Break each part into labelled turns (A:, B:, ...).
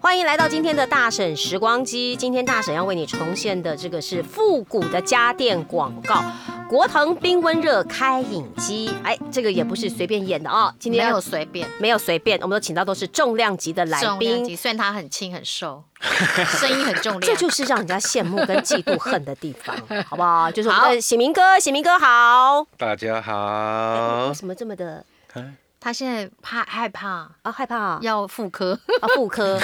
A: 欢迎来到今天的大婶时光机。今天大婶要为你重现的这个是复古的家电广告，国腾冰温热开饮机。哎，这个也不是随便演的哦。今
B: 没
A: 天要
B: 有随便。
A: 没有随便，我们都请到都是重量级的来
B: 重量级，
A: 宾，
B: 虽然他很轻很 瘦，声音很重量，
A: 这就是让人家羡慕跟嫉妒恨的地 方，好不好？就是我们
B: 好
A: 的喜明哥，喜明哥好。
C: 大家好啊
A: 为，什么这么的
B: 他现在怕害怕
A: 啊害怕啊？
B: 要妇 科。
A: 啊，妇 科，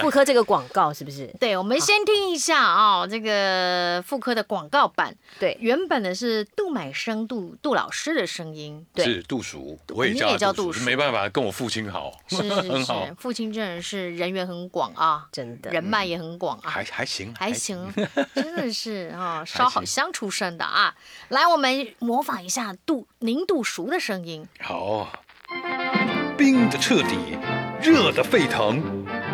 A: 妇科这个广告是不是？
B: 对，我们先听一下啊、这个妇科的广告版，
A: 对，
B: 原本的是杜满生杜杜老师的声音，
C: 是杜叔，我
B: 你
C: 也
B: 也
C: 叫
B: 叫
C: 他
B: 杜
C: 杜
B: 叔
C: 叔，没办法，跟我父亲好，
B: 是是
C: 很好
B: 是，父亲真的是人缘很广啊，
A: 真的
B: 人脉也很广啊
C: 还。还行，
B: 还行， 真的是啊、
C: 行
B: 烧好香出身的啊！来，我们模仿一下杜宁杜叔的声音。
C: 好，冰的彻底，热的沸腾，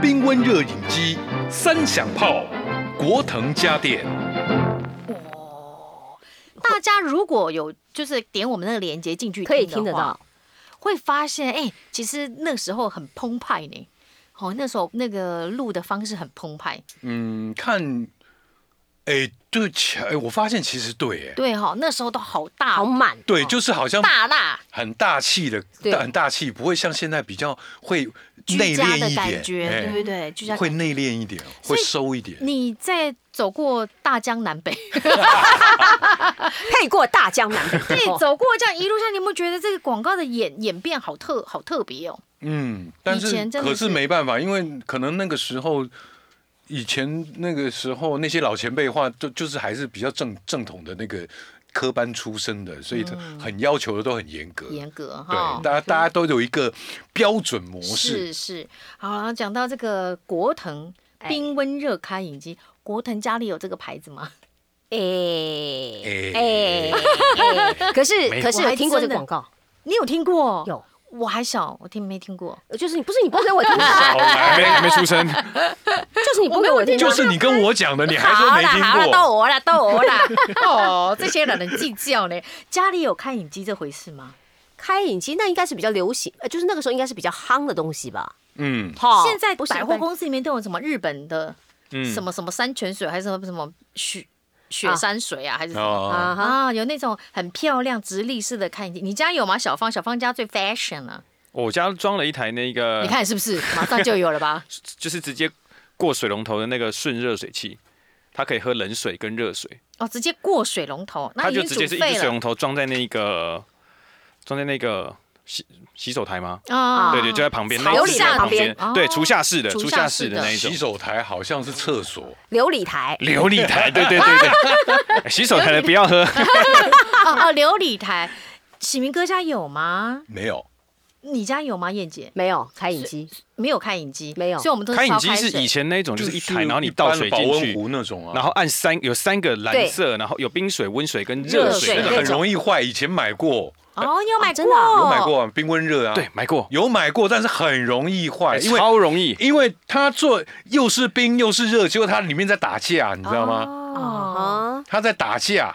C: 冰温热饮机三响炮，国腾家电，
B: 大家如果有就是点我们那个链接进去，
A: 可以听得到，。
B: 会发现哎、其实那时候很澎湃呢。哦，那时候那个录的方式很澎湃，
C: 嗯，看，哎，对，其哎，我发现其实对，哎，
B: 对哈、那时候都好大
A: 好满，
C: 对，就是好像
B: 大大
C: 很大气的，
A: 对
C: 大很大气，不会像现在比较会内
B: 居家
C: 敛
B: 的
C: 一
B: 感
C: 点，
B: 觉，
C: 哎
B: 对不对？居家
C: 会内敛一点，
B: 所
C: 会
B: 以
C: 收一点。
B: 你在走过大江 南北，
A: 配过大江南北。
B: 对，走过这样一路上，你有没有觉得这个广告的演演变好特好特别哦？
C: 嗯，但
B: 以前
C: 是
B: 真的
C: 可
B: 是
C: 是没办法，因为可能那个时候，以前那个时候那些老前辈的话，就就是还是比较正正统的那个科班出身的，所以他
B: 嗯
C: 很要求的都很严格。
B: 严格
C: 对
B: 哈，，
C: 大家大家都有一个标准模式。
B: 是是，好，然后讲到这个国腾
A: 哎
B: 冰温热开饮机，国腾家里有这个牌子吗？
A: 哎
C: 哎
A: 哎，可是
C: 没
A: 可是
B: 我还
A: 有听过这
B: 真
A: 个
B: 的
A: 广告，
B: 你有听过？
A: 有，
B: 我还小，我听没听 过。
A: 就是你不是你播给我 听的，
C: 好来
D: 还没还没出生，
A: 就是你播给我听的，
C: 就是你跟我讲的，你还说
B: 好
C: 没
B: 了
C: 听
B: 好了，到
C: 过？
B: 我了，到我了。哦，这些人很计较呢。家里有开饮机这回事吗？
A: 开饮机，那应该是比较流行，呃，就是那个时候应该是比较夯的东西吧。
C: 嗯
A: 哈
B: 现在
A: 不是
B: 哦百货公司里面都有什么日本的
C: 嗯，
B: 什么什么山泉水，还是什么什么雪雪山水啊，还是什么？
C: 哦，
A: 啊哈，
B: 啊，有那种很漂亮直立式的看饮机，你家有吗？小芳，小芳家最 fashion 了、
D: 我家装了一台那
C: 呃
D: 个，
B: 你看是不是？马上就有了吧？
D: 就是直接过水龙头的那个顺热水器，它可以喝冷水跟热水，
B: 哦，直接过水龙头，那
D: 它
B: 已
D: 就
B: 经
D: 直
B: 煮
D: 接是一
B: 沸
D: 个
B: 了
D: 水龙头装在那个装在那个洗洗手台吗？
B: 啊
D: 对对，就在旁边，
A: 槽
D: 那一
A: 里
D: 直在
A: 旁边
B: 哦
D: 对，厨下室的，
B: 厨
D: 厨
B: 下
D: 下
B: 室
D: 室
B: 的
D: 的那一种
C: 洗。手台好像是厕所，
A: 琉璃台，
D: 琉璃台，对对 对对，洗手台的不要喝，
B: 哦哦，琉璃台，喜明哥家有吗？
C: 没有。
B: 你家有吗？燕姐
A: 没有开饮机，
B: 没有开饮机，
A: 没有
B: 所以我们都是
D: 开饮
B: 烧
D: 机
B: 开
D: 是以
B: 水。
D: 前那种，就是一台，然后你
C: 一般
D: 倒
C: 的
D: 水
C: 保
D: 进
C: 温
D: 去，
C: 壶那种啊，
D: 然后按三有三个蓝
A: 对
D: 色，然后有冰水、温水跟
C: 热
D: 热
C: 水
D: 水
C: 的
D: 的
A: 那
C: 很
A: 种
C: 容易坏，以前买过，
B: 哦，你有买过？
A: 啊真的啊
C: 有买过啊冰温热啊，
D: 对，，买过，
C: 有买过，但是很容易坏，因为
D: 超容易。
C: 因为它做又是冰又是热，结果它里面在打架，你知道吗？
A: 啊，
B: 哦
C: 它在打架，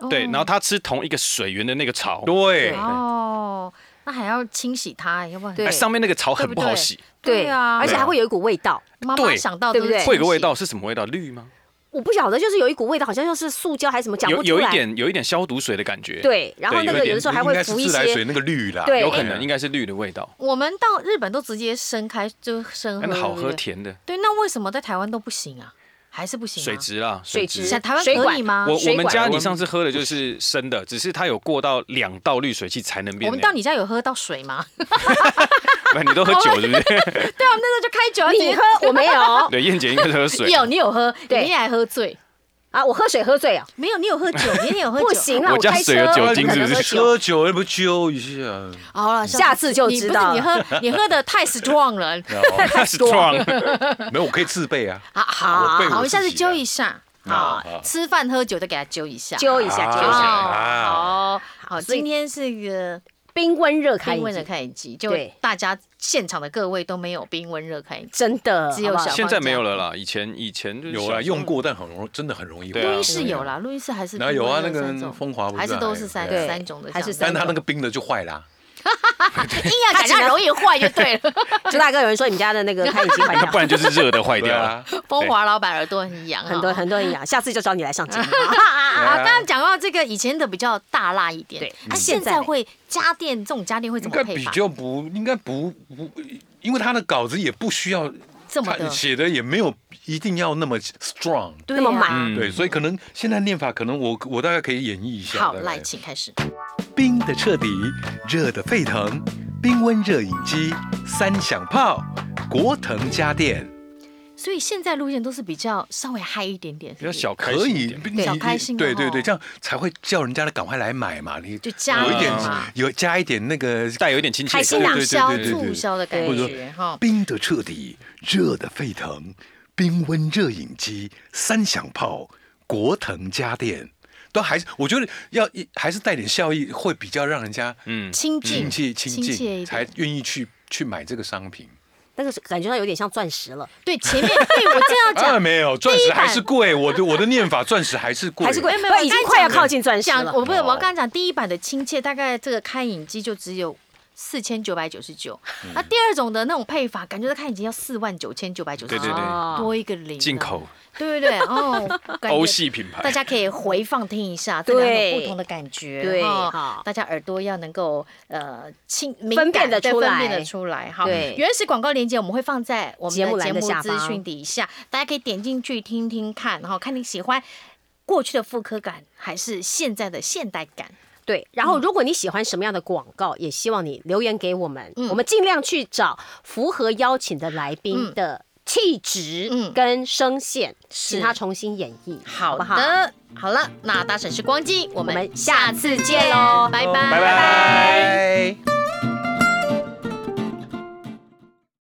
A: 哦
D: 对，然后它吃同一个水源的那个槽，
C: 对，
B: 哦，那还要清洗它，要不然
A: 对
D: 哎，上面那个槽很不好洗，
A: 对
B: 啊，
A: 而且还会有一股味道，
B: 妈妈
D: 对
B: 想到
A: 对不对哎
B: 都是
D: 会有个
B: 清洗
D: 味道，是什么味道？绿吗？
A: 我不晓得，就是有一股味道，好像又是塑胶还是什么，讲
D: 有
A: 不出
D: 有一
A: 来。
D: 点有一点消毒水的感觉，，
A: 对，然后
D: 对
A: 那个
D: 有一
A: 有
D: 点
A: 的时候还
C: 应
A: 会
C: 该是
A: 浮一
C: 自来水
A: 些，
C: 那个绿啦，
A: 对
D: 有可能
C: 哎
D: 应该是绿的味道，
B: 我们到日本都直接生开就
A: 嗯
B: 生
D: 很
B: 喝，
D: 好
B: 对不
D: 喝，
B: 对
D: 甜的
B: 对，那为什么在台湾都不行啊？还是不行、啊？
D: 水质啦，
A: 水质
B: 像台湾
A: 水
B: 可
A: 管
B: 以吗？
D: 我
A: 水
D: 我们
A: 管
D: 家
C: 我
D: 你
C: 们
D: 上次喝的就是生的，只是它有过到两道滤水器才能
B: 我
D: 变那
B: 们到
D: 样。
B: 你家有喝到水吗？
D: 不你都喝酒是不是？
B: 对啊，我们那时候就开酒啊，
A: 你喝我没有
D: 对，燕姐应该是喝 水。
B: 有，你有喝，
A: 对
B: 你也还喝醉？
A: 啊，我喝水喝醉啊，
B: 没有，你有 喝酒，你也有喝酒。
A: 不行啊，
D: 我
A: 我
D: 家
A: 开车
D: 水有酒
A: 我不
D: 精
A: 可
D: 是不
A: 能喝
D: 是
A: 酒，
C: 喝酒要不揪一下，
B: 好了，
A: 下次就
B: 你
A: 知
B: 不是
A: 道
B: 你
A: 了。
B: 喝，你喝的太 strong 了。
A: 太多了
D: Strong
C: 没有，我可以自备 啊，
B: 好好
C: 我被我
B: 好，我们
C: 自
B: 下次
C: 己
B: 揪
C: 了
B: 一下。
C: 好
B: 好
C: 好，
B: 吃饭喝酒都给他揪一下。
A: 揪一下，
C: 啊
A: 揪一
B: 哦
A: 下，
C: 啊
B: 好好，
A: 所以
B: 今天是一个
A: 冰温热开
B: 冰
A: 饮
B: 温热
A: 机，
B: 开饮机，就
A: 对
B: 大家现场的各位都没有冰温热开饮机，
A: 真的
B: 只
A: 好
B: 有
A: 不好
B: 小
D: 现在没有了啦，以前以前就是
C: 有
D: 小
C: 啊，
D: 时候
C: 用过，但很容真的很容易坏。
D: 对啊
B: 录音室有啦，录音室还是
C: 哪有啊
B: 冰温热三种
C: 那个风华不是
B: 还是都
C: 还
B: 是
C: 有
B: 三
A: 对
B: 三种的这样子，
A: 还是三
C: 但它那个冰的就坏啦，
B: 硬要感觉它容易坏就对 了。
A: 朱大哥有人说你们家的那个开饮机坏
D: 那
A: 掉，
D: 不然就是热的坏
C: 对
D: 掉
C: 啊
D: 了。，
B: 风华老板耳朵很痒，
A: 很多
B: 哦
A: 很多人养，啊下次就找你来上 节目。
B: 啊，刚刚讲到这个以前的比较大辣一点，
A: 对
B: 那、
A: 嗯
B: 现
A: 现在
B: 在
A: 嘞
B: 会家电这种家电会怎
C: 应
B: 么
C: 该
B: 配
C: 比
B: 法？
C: 较不，应该不不，因为他的稿子也不需要，
B: 这么
C: 他
B: 的
C: 写的也没有一定要那么 strong，
A: 对那么
B: 对啊
A: 满，
D: 嗯
C: 对，所以可能现在念法，可能我我大概可以演绎一下。
B: 好，
C: 大概
B: 来，请开始。
C: 冰的彻底，热的沸腾，冰温热饮机，三响炮，国腾家电。
B: 所以现在路线都是比较稍微嗨一点点，
D: 比
B: 是
D: 较
B: 不是
D: 小开
C: 可
D: 心一
C: 以
D: 点，，
C: 你
B: 小开心哦
C: 对对对，这样才会叫人家来赶快来买嘛。你
B: 就加
C: 有一
D: 一
C: 点
D: 点
B: 嘛
C: 有加一点那个
D: 带有一点亲切
A: 开心
D: 感
A: 啊
C: 对对
B: 销
C: 对对对
B: 促销的感
A: 或
C: 者
B: 觉哈。
C: 冰的彻底，热的沸腾，冰温热饮机，三响炮，国腾家电，都还是我觉得要一还是带点效益，会比较让人家
D: 嗯，
B: 亲近
C: 亲切亲
B: 亲切
C: 近，
B: 一
C: 才
B: 点。
C: 愿意去去买这个商品。
A: 那个是感觉到有点像钻石了，
B: 对，前面 对我正要
C: 啊，
B: 讲。
C: 没有，钻
B: 第一
C: 石
B: 版
C: 还是贵，我的我的念法，钻石还是贵，
A: 还是贵，
B: 没有没有
A: 不已经
B: 刚才
A: 快要
B: 讲的
A: 靠近钻石
B: 讲
A: 了。
B: 我不是我
C: 哦
B: 刚刚讲第一版的亲切，大概这个开饮机就只有四千九百九十九，
C: 嗯
B: 那第二种的那种配法，感觉这开饮机要四万九千九百九十
D: 对
B: 九
D: 对，对
A: 哦
B: 多一个零。
D: 进，口
B: 对对对，哦， 感觉
D: 欧系品牌
B: 大，家可以回放听一下，这
A: 对
B: 两种不同的感觉，
A: 对
B: 哈
A: 好
B: 大家耳朵要能够呃清敏
A: 分辨
B: 感
A: 得
B: 对
A: 出
B: 分
A: 来
B: 辨得出来哈。
A: 对
B: 原始广告链接我们会放在我们
A: 节目
B: 的
A: 栏的
B: 节目
A: 下
B: 资
A: 方
B: 讯底下，大家可以点进去听听看，然后看你喜欢过去的复刻感还是现在的现代感。
A: 对，然后如果你喜欢什么样的广告，也希望你留言给我们，
B: 嗯
A: 我们尽量去找符合邀请的来宾的气质
B: 嗯
A: 跟声线，
B: 是
A: 请他重新演绎，好不
B: 的，
A: 好？
B: 好了，那大婶时光机，我
A: 我
B: 们
A: 们下次见喽
B: 拜拜，
D: 拜拜。